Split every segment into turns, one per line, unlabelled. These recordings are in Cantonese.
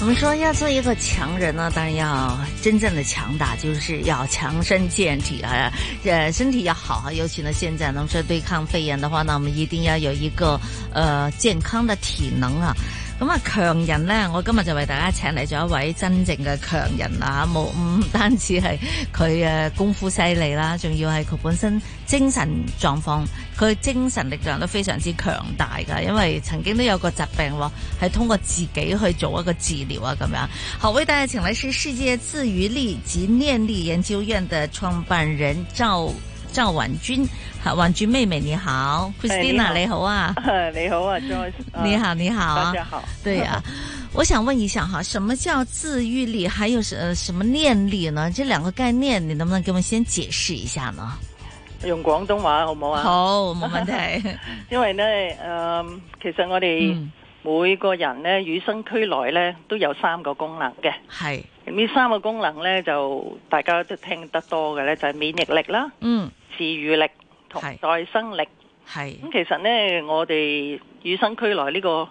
我们说要做一个强人呢，当然要真正的强大，就是要强身健体啊，呃，身体要好啊。尤其呢，现在呢，我们说对抗肺炎的话呢，我们一定要有一个呃健康的体能啊。咁啊，強人呢，我今日就為大家請嚟咗一位真正嘅強人啦，冇唔單止係佢呃誒功夫犀利啦，仲要係佢本身精神狀況，佢精神力量都非常之強大㗎。因為曾經都有個疾病喎，係通過自己去做一個治療啊咁樣。好，為大家請嚟是世界自愈力及念力研究院的創辦人趙趙婉君，好，婉君妹妹你好，Christina 你好啊。
你好啊，Joyce，
你好，你好啊
大家！好。
对啊，我想问一下哈，什么叫自愈力，还有什呃什么念力呢？这两个概念，你能不能给我们先解释一下呢？
用廣東話好唔好啊？
好，冇问题。
因為呢，誒、其實我
嗯
哋每個人呢，與生俱來呢，都有三個功能嘅。
系，
呢三個功能呢，就大家都聽得多嘅呢，就係、免疫力啦、
嗯，
治愈力同
係
再生力。
系
咁，其實呢，我哋與生俱來呢個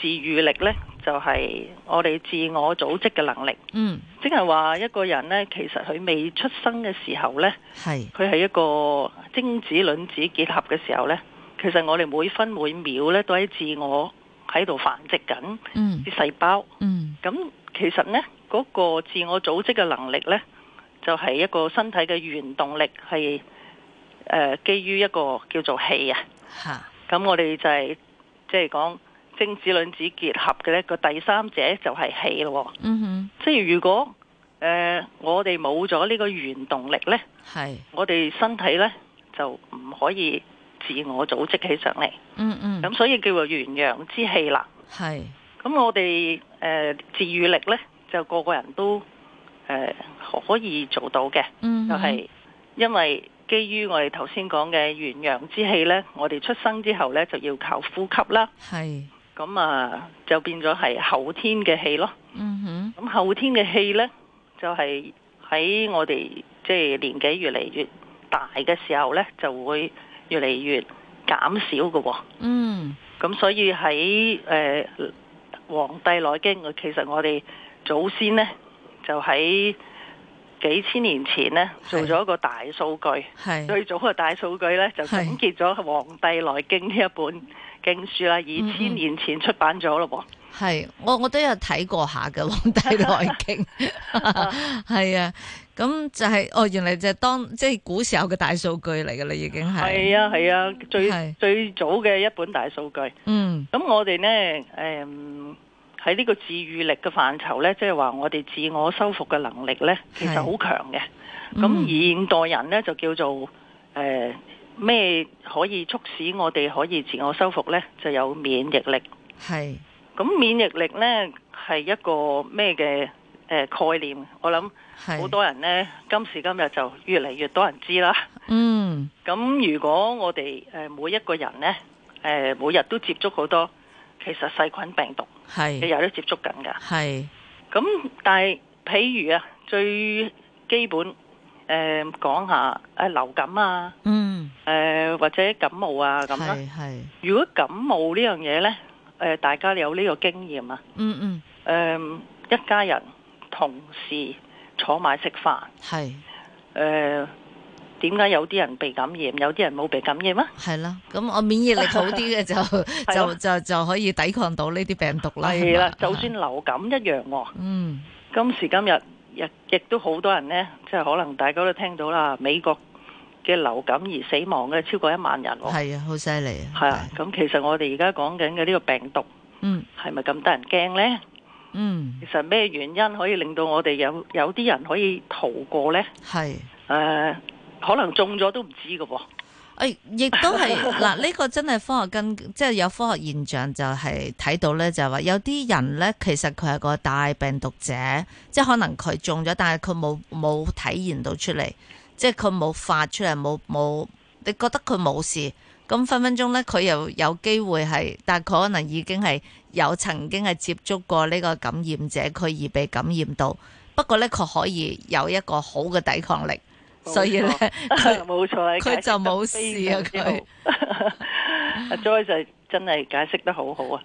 治愈力呢，就係、我哋自我組織嘅能力。
嗯，
即係話一個人呢，其實佢未出生嘅時候呢。
系，
佢係一個精子卵子結合嘅時候呢，其實我哋每分每秒呢都喺自我喺度繁殖緊
嗯
啲細胞。
嗯，
咁其實呢，嗰、個自我組織嘅能力呢，就係、一個身體嘅原動力，係誒、呃基於一個叫做氣啊。
吓，
咁我哋就係即係講精子卵子結合嘅呢個第三者就係氣咯喎。
嗯
即係如果誒、呃我哋冇咗呢個原動力呢。
哼，系，
我哋身體呢，就唔可以自我組織起上嚟，
嗯嗯，
咁所以叫做元陽之氣啦。
系，
咁我哋誒、呃自愈力呢，就個個人都誒、呃可以做到嘅，
嗯
就
哼，
係、因為基於我哋頭先講嘅元陽之氣呢，我哋出生之後呢，就要靠呼吸啦，
系，
咁啊就變咗係後天嘅氣咯。
嗯哼，
咁後天嘅氣呢，就係、喺我哋即係年紀越嚟越大嘅時候呢，就會越嚟越減少嘅喎、
嗯，
咁所以喺誒、呃《黃帝內經》，其實我哋祖先呢，就喺幾千年前呢，做
係
咗一個大數據。
系，
最早嘅大數據呢，就
係
總結咗《黃帝內經》呢一本經書啦，二千年前出版咗咯喎。
系，我我都有睇過下 嘅《皇帝內經》，係啊，咁就係哦，原嚟就係當即係古時候嘅大數據嚟㗎啦，已經係，
係啊係啊，最
係
最早嘅一本大數據。
嗯。
咁我哋呢，誒、喺呢個治愈力嘅範疇呢，即係話我哋自我修復嘅能力呢，其實
係
好強嘅。
嗯
咁現代人呢，就叫做誒咩、可以促使我哋可以自我修復呢？就有免疫力。
系，
咁免疫力呢，係一個咩嘅誒概念？我諗
係
好，多人呢，今時今日就越嚟越多人知啦。
嗯，
咁如果我哋誒、呃每一個人呢，誒、呃每日都接觸好多其實細菌病毒。
係，
你有得接觸緊㗎。
係，
咁但係譬如啊，最基本誒、呃、講下誒、呃流感啊，
嗯，
誒、或者感冒啊咁啦。
係，係，
如果感冒呢樣嘢呢，誒、呃大家有呢個經驗啊，
嗯嗯，
誒、一家人同事坐埋食飯，
係，
誒點解有啲人被感染，有啲人冇被感染啊？
係啦。咁我免疫力好啲嘅 就就
咯
就就可以抵抗到呢啲病毒啦。
係啦
係嘛，
就算，流感一樣喎、
嗯，
今時今日亦亦都好多人呢，即係可能大家都聽到啦，美國嘅流感而死亡嘅超過一萬人喎。
係啊，好犀利啊。
哦係啊，咁其實我哋而家講緊嘅呢個病毒
嗯
係咪咁得人驚呢？
嗯
其，實咩原因可以令到我哋有有啲人可以逃過呢？誒、
係。
可能中咗都唔知嘅喎。
誒，哎亦都係 嗱，呢個真係科學根，即係有科學現象就係睇到咧，就係話有啲人咧，其實佢係個大病毒者，即係可能佢中咗，但係佢冇冇體現到出嚟，即係佢冇發出嚟，冇冇，你覺得佢冇事，咁分分鐘咧佢又有機會係，但可能已經係有曾經係接觸過呢個感染者，佢而被感染到。不過咧，佢可以有一個好嘅抵抗力，
冇錯
所以咧佢
冇錯，你
佢
解釋
就
得
冇事啊
非常之好 阿 Joy 就真係解釋得好好啊！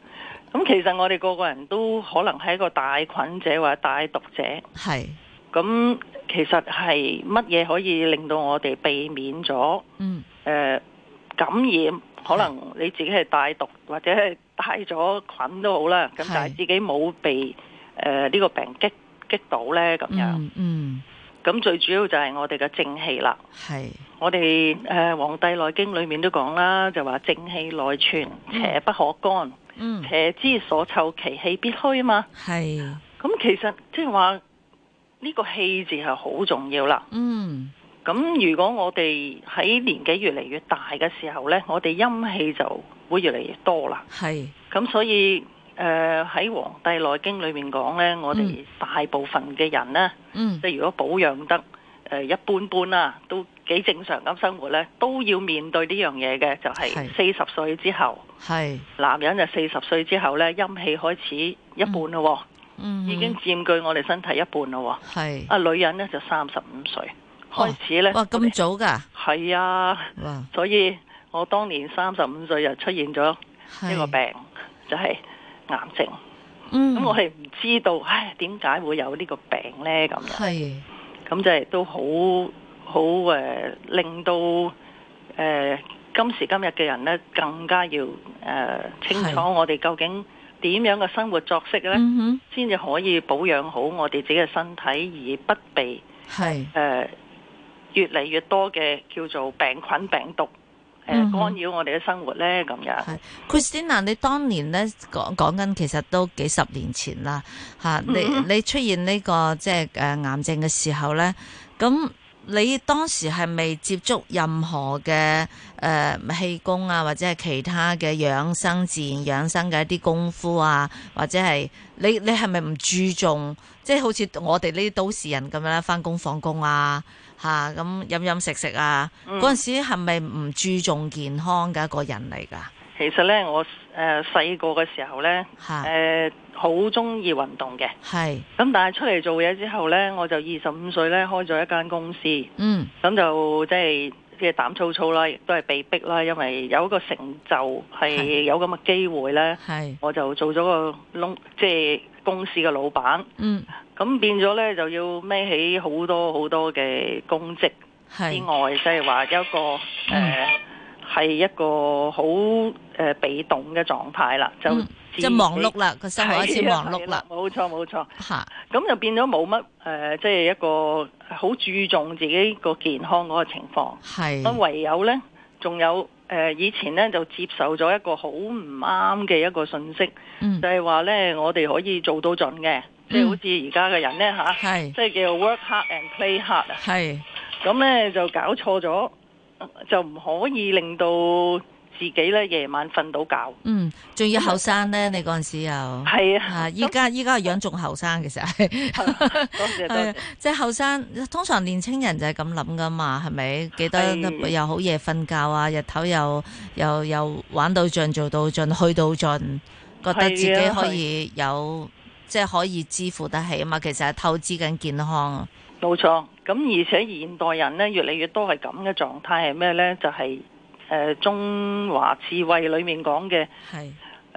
咁其實我哋個個人都可能係一個帶菌者或者帶毒者，
係
咁其實係乜嘢可以令到我哋避免咗
嗯
誒、感染，可能你自己係帶毒或者係帶咗菌都好啦，咁
係
但係自己冇被呃誒呢、個病擊擊到呢。咁樣，
嗯嗯
咁、最主要就係我哋嘅正氣啦。
係
我哋誒、呃《黃帝內經》裏面都講啦，就話正氣內存，邪不可干，
嗯
邪之所湊，其氣必虛嘛。
係
咁其實即係話呢個氣字係好重要啦。
嗯
咁如果我哋喺年紀越嚟越大嘅時候呢，我哋陰氣就會越嚟越多啦。
係
咁所以誒喺《黃帝內經》裏面講呢，我
嗯
哋大部分嘅人呢，
嗯
即係如果保養得誒、呃一般般啦，都幾正常咁生活呢，都要面對呢樣嘢嘅，就係
係
四十歲之後，
係
男人就四十歲之後呢，陰氣開始一半咯喎，
嗯
已經佔據我哋身體一半咯
係
喎。啊，女人呢就三十五歲開始呢，
哇
我哋
咁早㗎
係啊，
哇
所以我當年三十五歲就出現咗
係
呢個病，就係、癌症。
嗯
咁我哋唔知道，唉，點解會有呢個病呢？咁樣
係
咁就係都好好誒，令到誒、呃今時今日嘅人呢，更加要誒、呃清楚
係
我哋究竟點樣嘅生活作息呢，
嗯
先至可以保養好我哋自己嘅身體，而不被
哼係
誒、呃越嚟越多嘅叫做病菌病毒誒、呃
嗯哼
干擾我哋嘅生活呢。咁樣。
係 Christina，你當年咧講講緊，其實都幾十年前啦，吓、你
嗯
你出現呢、個即係誒癌症嘅時候咧，咁你當時係未接觸任何嘅誒、呃、氣功啊，或者係其他嘅養生自然養生嘅一啲功夫啊，或者係你你係咪唔注重，即係好似我哋呢啲都市人咁樣啦，翻工放工啊？吓咁飲飲食食啊，
嗯
嗰陣時係咪唔注重健康嘅一個人嚟㗎？
其實呢，我誒細個嘅時候呢，
吓，
誒好中意運動嘅。
係，
咁但係出嚟做嘢之後呢，我就二十五歲呢開咗一間公司，咁
嗯，
就即係即係膽粗粗啦，亦都係被逼啦，因為有一個成就
係
係有咁嘅機會呢，
係，
我就做咗個窿，即係公司嘅老闆。
嗯，
咁變咗呢，就要孭起好多好多嘅公職。之
係，嗯
外，即係話一個誒係、一個好誒、呃被動嘅狀態啦，就、
嗯即係忙碌啦，個
自
生
己，
活開始
係啊
忙碌啦，，
係冇錯冇錯，
吓，
咁就變咗冇乜誒，呃即係一個好注重自己個健康嗰個情況，咁
係，
唯有呢，仲有誒、呃以前呢，就接受咗一個好唔啱嘅一個信息，
嗯
就，係話呢，我哋可以做到盡嘅，即係好似而家嘅人呢，吓，
係，
即係叫 work hard and play hard 啊。
係，
咁咧就搞錯咗，就唔可以令到自己咧夜晚瞓到覺。
嗯，仲要後生咧，你嗰陣時又。
係
啊！
啊，
依家依家個樣仲後生，其實係
多謝多
係啊
謝。
即係後生。通常年青人就係咁諗噶嘛，係咪？幾多
係
又好夜瞓覺啊，日頭又又又玩到盡，做到盡，去到盡，覺得自己
係啊
可以有即係可以支付得起啊嘛。其實係透支緊健康啊。
冇錯。咁而且現代人咧越嚟越多係咁嘅狀態係咩咧？就係、呃中華智慧裏面講嘅
係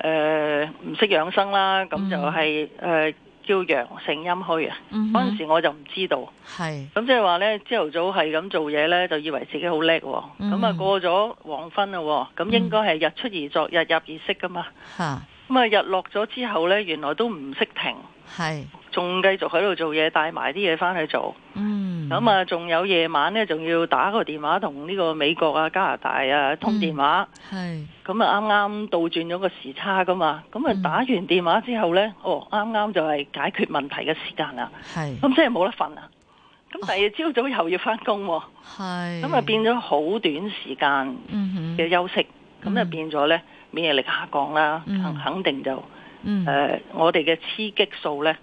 誒唔識養生啦，咁
嗯
就係、呃叫陽盛陰虛啊！
嗯
嗰陣
哼，
時我就唔知道，
係
咁即係話呢，朝頭早係咁做嘢呢，就以為自己好叻喎。咁啊、
嗯
過咗黃昏啦、喎，咁應該係日出而作，日入而息噶嘛。
吓
咁啊，日落咗之後呢，原來都唔識停，
係
仲繼續喺度做嘢，帶埋啲嘢翻去做。
嗯
咁啊、仲有夜晚呢，仲要打個電話同呢個美國啊、加拿大啊通電話。
嗯係
咁啊，啱啱倒轉咗個時差噶嘛。咁啊
嗯，
打完電話之後呢，哦，啱啱就係解決問題嘅時間啦。
係
咁真係冇得瞓啊！
哦
咁第二朝早又要翻工喎。
係
咁啊變咗好短時間
嗯哼
嘅休息，咁
嗯
就變咗咧免疫力下降啦，
嗯
肯肯定就誒、
嗯
呃我哋嘅雌激素咧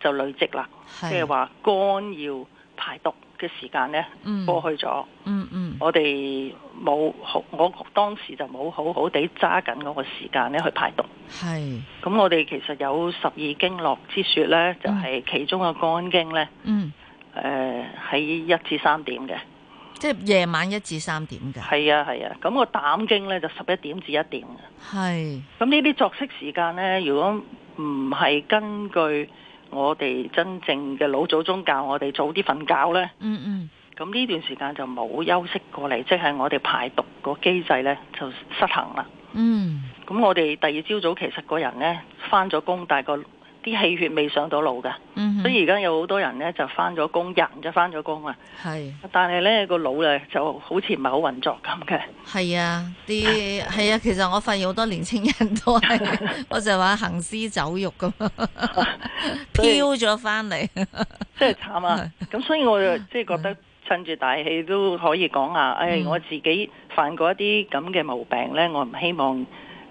就累積啦，即係話干擾排毒嘅時間咧
嗯
過去咗，
嗯嗯嗯
我哋冇好，我當時就冇好好地揸緊嗰個時間咧去排毒。
係，
咁我哋其實有十二經絡之說呢，就係、其中嘅肝經呢，
嗯，
誒、喺一至三點嘅，
即係夜晚一至三點嘅，
係啊係啊。咁、個膽經呢，就十一點至一點嘅。
係，
咁呢啲作息時間呢，如果唔係根據我哋真正嘅老祖宗教我哋早啲瞓覺呢，
嗯嗯，
咁呢段時間就冇休息過嚟，即係我哋排毒個機制呢就失衡啦。
嗯，
咁我哋第二朝早其實個人呢翻咗工，但係個啲氣血未上到腦㗎，
嗯哼，
所以而家有好多人呢就翻咗工，人就翻咗工啊，
係。
但係呢個腦呢就好似唔係好運作咁嘅。
係啊，啲係啊，其實我發現好多年青人都 係，我就話行屍走肉咁，
所 以
飄咗翻嚟。
真係慘啊！咁所以我就即係覺得趁住大氣都可以講下，誒、
嗯
我自己犯過一啲咁嘅毛病呢，我唔希望誒、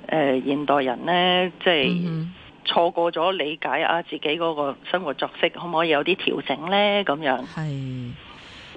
呃、現代人呢，即係
嗯
錯過咗理解啊自己嗰個生活作息，可唔可以有啲調整呢？咁樣
哼係。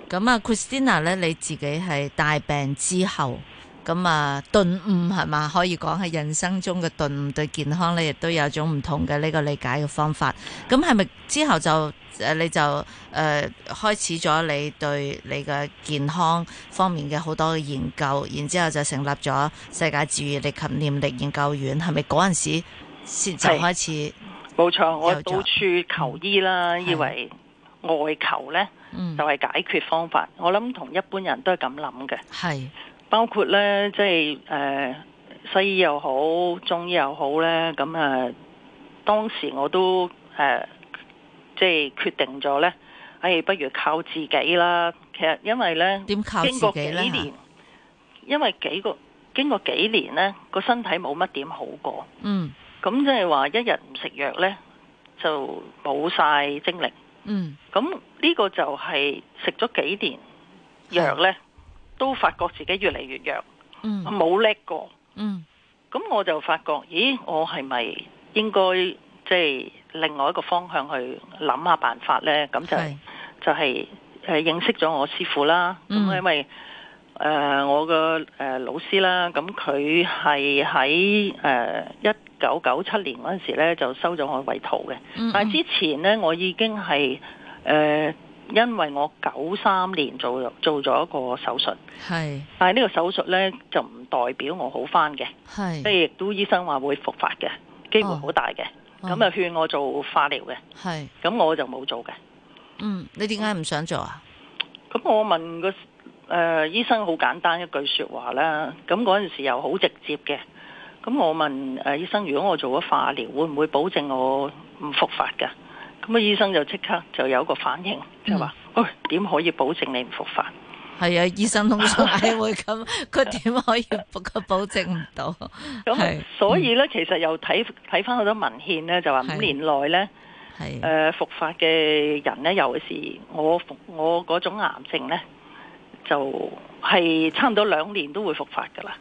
咁啊，Christina 咧，你自己係大病之後，咁啊頓悟係嘛？可以講係人生中嘅頓悟，對健康咧亦都有種唔同嘅呢個理解嘅方法。咁係咪之後就誒你就誒、呃、開始咗你對你嘅健康方面嘅好多嘅研究，然之後就成立咗世界治愈力及念力研究院，係咪嗰陣時先就
係
開始？
冇錯，我
有咗
到處求醫啦，
嗯
以為外求呢
嗯
就，係解決方法。我諗同一般人都係咁諗嘅，
係，
包括呢，即係誒、呃西醫又好，中醫又好呢。咁啊、呃，當時我都誒、呃即係決定咗呢，唉、不如靠自己啦。其實因為呢，
點靠自
經過幾
己咧？
年，因為幾個經過幾年呢，個身體冇乜點好過，
嗯
咁即係話一日唔食藥呢，就冇晒精力。
嗯，
咁呢個就係食咗幾年藥呢，都發覺自己越嚟越弱，
嗯
冇叻過。
嗯
咁我就發覺，咦，我係咪應該即係另外一個方向去諗下辦法呢？咁就
係
就係、誒認識咗我師傅啦。咁、
嗯
因為誒、呃我個誒、呃老師啦，咁佢係喺誒一九九七年嗰陣時咧就收咗我為徒嘅。
嗯
但係之前呢，我已經係誒、呃因為我九三年做咗做咗一個手術，
係
但係呢個手術呢，就唔代表我好返嘅。
嗯係
即係亦都醫生話會復發嘅，機
哦
會好大嘅。咁啊、
啊
勸我做化療嘅，
係
咁我就冇做嘅。
嗯，你點解唔想做啊？
咁我問個誒、呃、醫生好簡單一句説話啦，咁嗰陣時又好直接嘅。咁我問誒、呃、醫生，如果我做咗化療，會唔會保證我唔復發㗎？咁啊醫生就即刻就有個反應，
嗯
就話：，喂、點可以保證你唔復發？
係啊，醫 生通常係會咁，佢點可以佢保證唔到？係嗯
咁所以咧，其實又睇睇翻好多文獻咧，就話
係
五年內咧。誒、
係
復發嘅人咧，尤其是我復我嗰種癌症咧，就係、差唔多兩年都會復發㗎啦。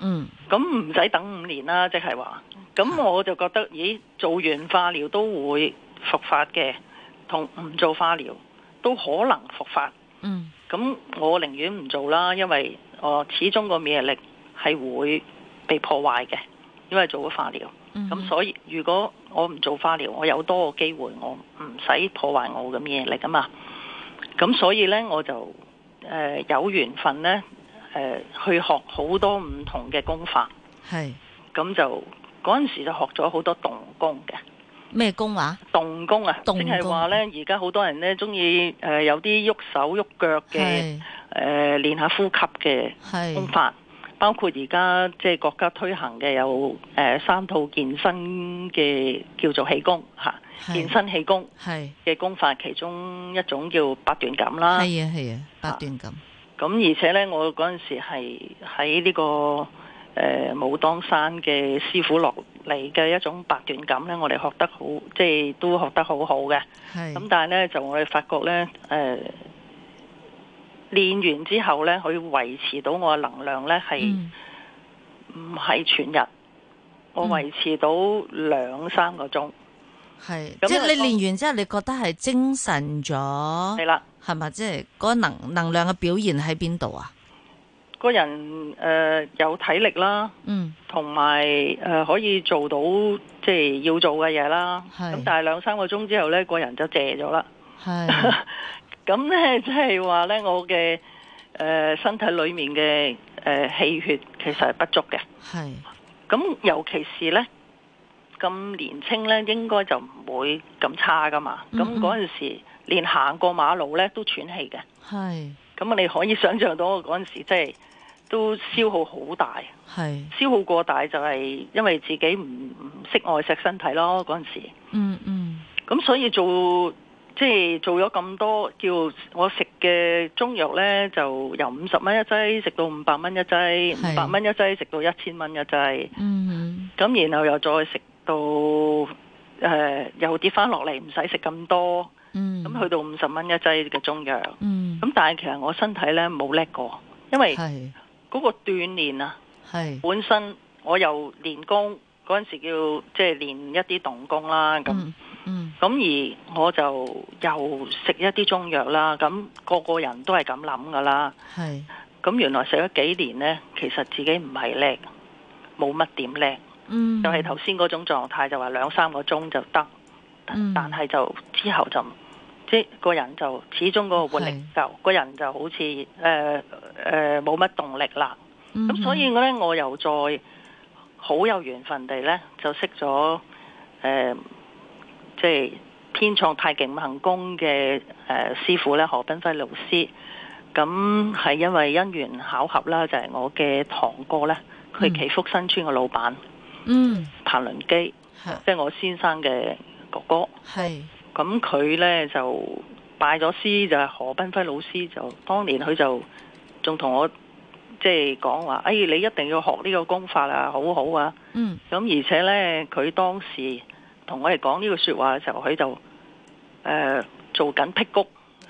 嗯
咁唔使等五年啦，即係話，咁我就覺得，咦，做完化療都會復發嘅，同唔做化療都可能復發。
嗯
咁我寧願唔做啦，因為我始終個免疫力係會被破壞嘅，因為做咗化療。
嗯，
咁所以如果我唔做化療，我有多個機會，我唔使破壞我嘅免疫力啊嘛。咁所以呢，我就誒、呃有緣分呢，誒、去學好多唔同嘅功法。
係
咁就嗰陣時就學咗好多動功嘅
咩工話？
動功啊，即
動功
係話呢，而家好多人呢中意誒有啲喐手喐腳嘅
係
誒練下呼吸嘅
係
功法。包括而家即係國家推行嘅有誒、呃三套健身嘅叫做氣功嚇，健
係
身氣功
係
嘅功法，其中一種叫八段錦
係
啦。
啊係啊，八段咁
咁而且呢，我嗰陣時係喺呢個誒、呃武當山嘅師傅落嚟嘅一種八段錦呢，我哋學得好，即係都學得好好嘅。咁
係
但係呢，就我哋發覺呢，誒、呃、練完之後呢，佢維持到我嘅能量呢係。
嗯
唔係全日，我
嗯哦
維持到兩三個鐘，
係，
咁
即係
因為
你練完之後，你覺得係精神咗
係啦。
係咪？即係嗰個能能量嘅表現喺邊度啊？
誒、個人誒、呃有體力啦，
嗯，
同埋誒可以做到即係要做嘅嘢啦。
係
咁但係兩三個鐘之後呢，個人就謝咗啦。
係
咁呢，即係話呢，我嘅誒、呃身體裡面嘅誒、呃氣血其實係不足嘅。
係
咁尤其是呢，咁年青呢，應該就唔會咁差噶嘛。咁
嗯嗯
嗰陣時連行過馬路呢都喘氣嘅。
係
咁你可以想象到我嗰陣時，即係都消耗好大，
係，
消耗過大就係因為自己唔唔識愛惜身體咯嗰陣時。
嗯嗯
咁所以做即係做咗咁多，叫我食嘅中藥呢，就由五十蚊一劑食到五百蚊一劑，
係
五百蚊一劑食到一千蚊一劑，
嗯
咁然後又再食到誒、呃又跌翻落嚟，唔使食咁多，
嗯，
咁去到五十蚊一劑嘅中藥。
嗯
咁但係其實我身體呢冇叻過，因為
係
嗰個鍛鍊啊，
係
本身我又練功嗰陣時叫即係練一啲動功啦，咁
嗯嗯
咁而我就又食一啲中藥啦，咁個個人都係咁諗噶啦。
嗯係
咁原來食咗幾年呢，其實自己唔係叻，冇乜點叻，
嗯，
就係頭先嗰種狀態，就話兩三個鐘就得，
嗯
但係就之後就唔即係個人就始終嗰個活力唔夠，個人就好似誒誒冇乜動力啦。
嗯
咁所以我咧，我又再好有緣分地咧，就識咗誒，即係編創太極五行功嘅誒師傅咧，何斌輝老師。咁係因為因緣巧合啦，就係、我嘅堂哥咧，佢
嗯
祈福新村嘅老闆
嗯
彭倫基，
係
即係我先生嘅哥哥。
係
咁佢咧就拜咗師，就係、何斌輝老師就當年佢就仲同我即係講話，哎，你一定要學呢個功法啊，好好啊！
嗯
咁而且咧，佢當時同我哋講呢句説話嘅時候，佢就誒、呃做緊辟谷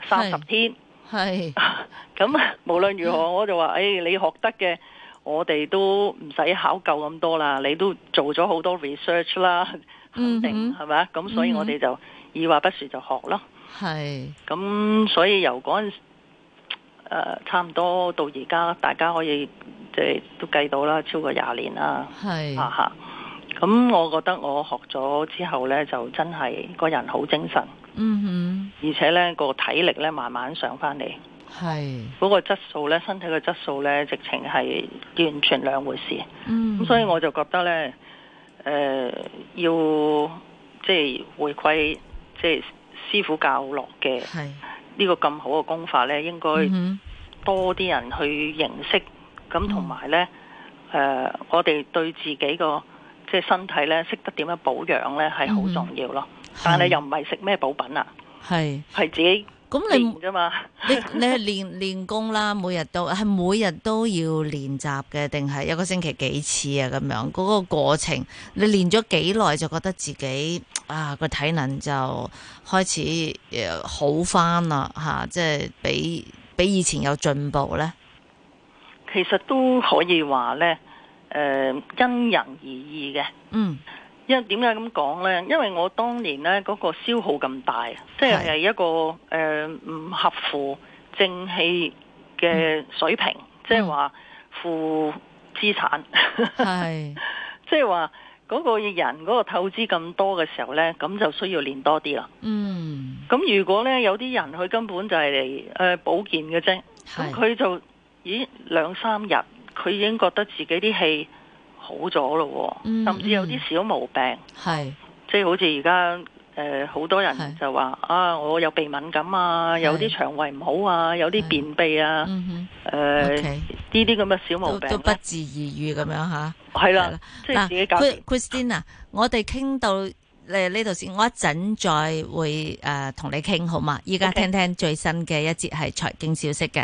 三十
係
天。
係
咁 啊無論如何，我就話：，誒、哎你學得嘅，我哋都唔使考究咁多啦，你都做咗好多 research 啦，肯定
嗯哼
係咪啊？咁所以我哋就二話不説就學咯。
係
咁所以由嗰陣時呃差唔多到而家，大家可以即係都計到啦，超過廿年啦，啊
係
哈！咁我覺得我學咗之後呢，就真係個人好精神，
嗯
而且呢個體力呢慢慢上翻嚟，
哼係
嗰、個質素呢，身體嘅質素呢，直情係完全兩回事。
嗯，
咁所以我就覺得呢，誒、要即係回饋即係師傅教落嘅。
係
呢個咁好嘅功法呢，應該
嗯
多啲人去認識，咁同埋呢，誒、呃我哋對自己個即係身體呢，識得點樣保養呢，係
嗯
好重要咯。
哼
但係又唔係食咩補品啊，
係
係自己
咁你
練。啫嘛。
你你係練練功啦，每日都係每日都要練習嘅，定係一個星期幾次啊？咁樣嗰、個過程，你練咗幾耐就覺得自己啊個體能就開始呃好翻啦吓，即係比比以前有進步咧。
其實都可以話呢，誒、因人而異嘅。
嗯，
因為點解咁講呢？因為我當年呢嗰、個消耗咁大，即係
係
係一個呃誒唔、合乎正氣嘅
嗯
水平，即係話負資產，
係
即係話嗰個人嗰個透支咁多嘅時候呢，咁就需要練多啲啦。
嗯
咁如果呢，有啲人佢根本就係嚟誒保健嘅啫，
係
咁佢就咦兩三日，佢已經覺得自己啲氣好咗咯喎，
嗯
甚至有
嗯
啲小毛病。
係
即係好似而家誒好多人
係
就話啊，我有鼻敏感啊，有啲腸胃唔好啊，有啲
係
便秘啊，
嗯哼
誒呢
，OK，
啲咁嘅小毛
都
病
都不
呢
自而喻咁樣吓。
係
係
啦
啦，
即係自己搞掂
嗱，Christina，我哋傾到誒呢度先，我一陣再會誒同你傾好嘛？依家
OK
聽聽最新嘅一節係財經消息嘅。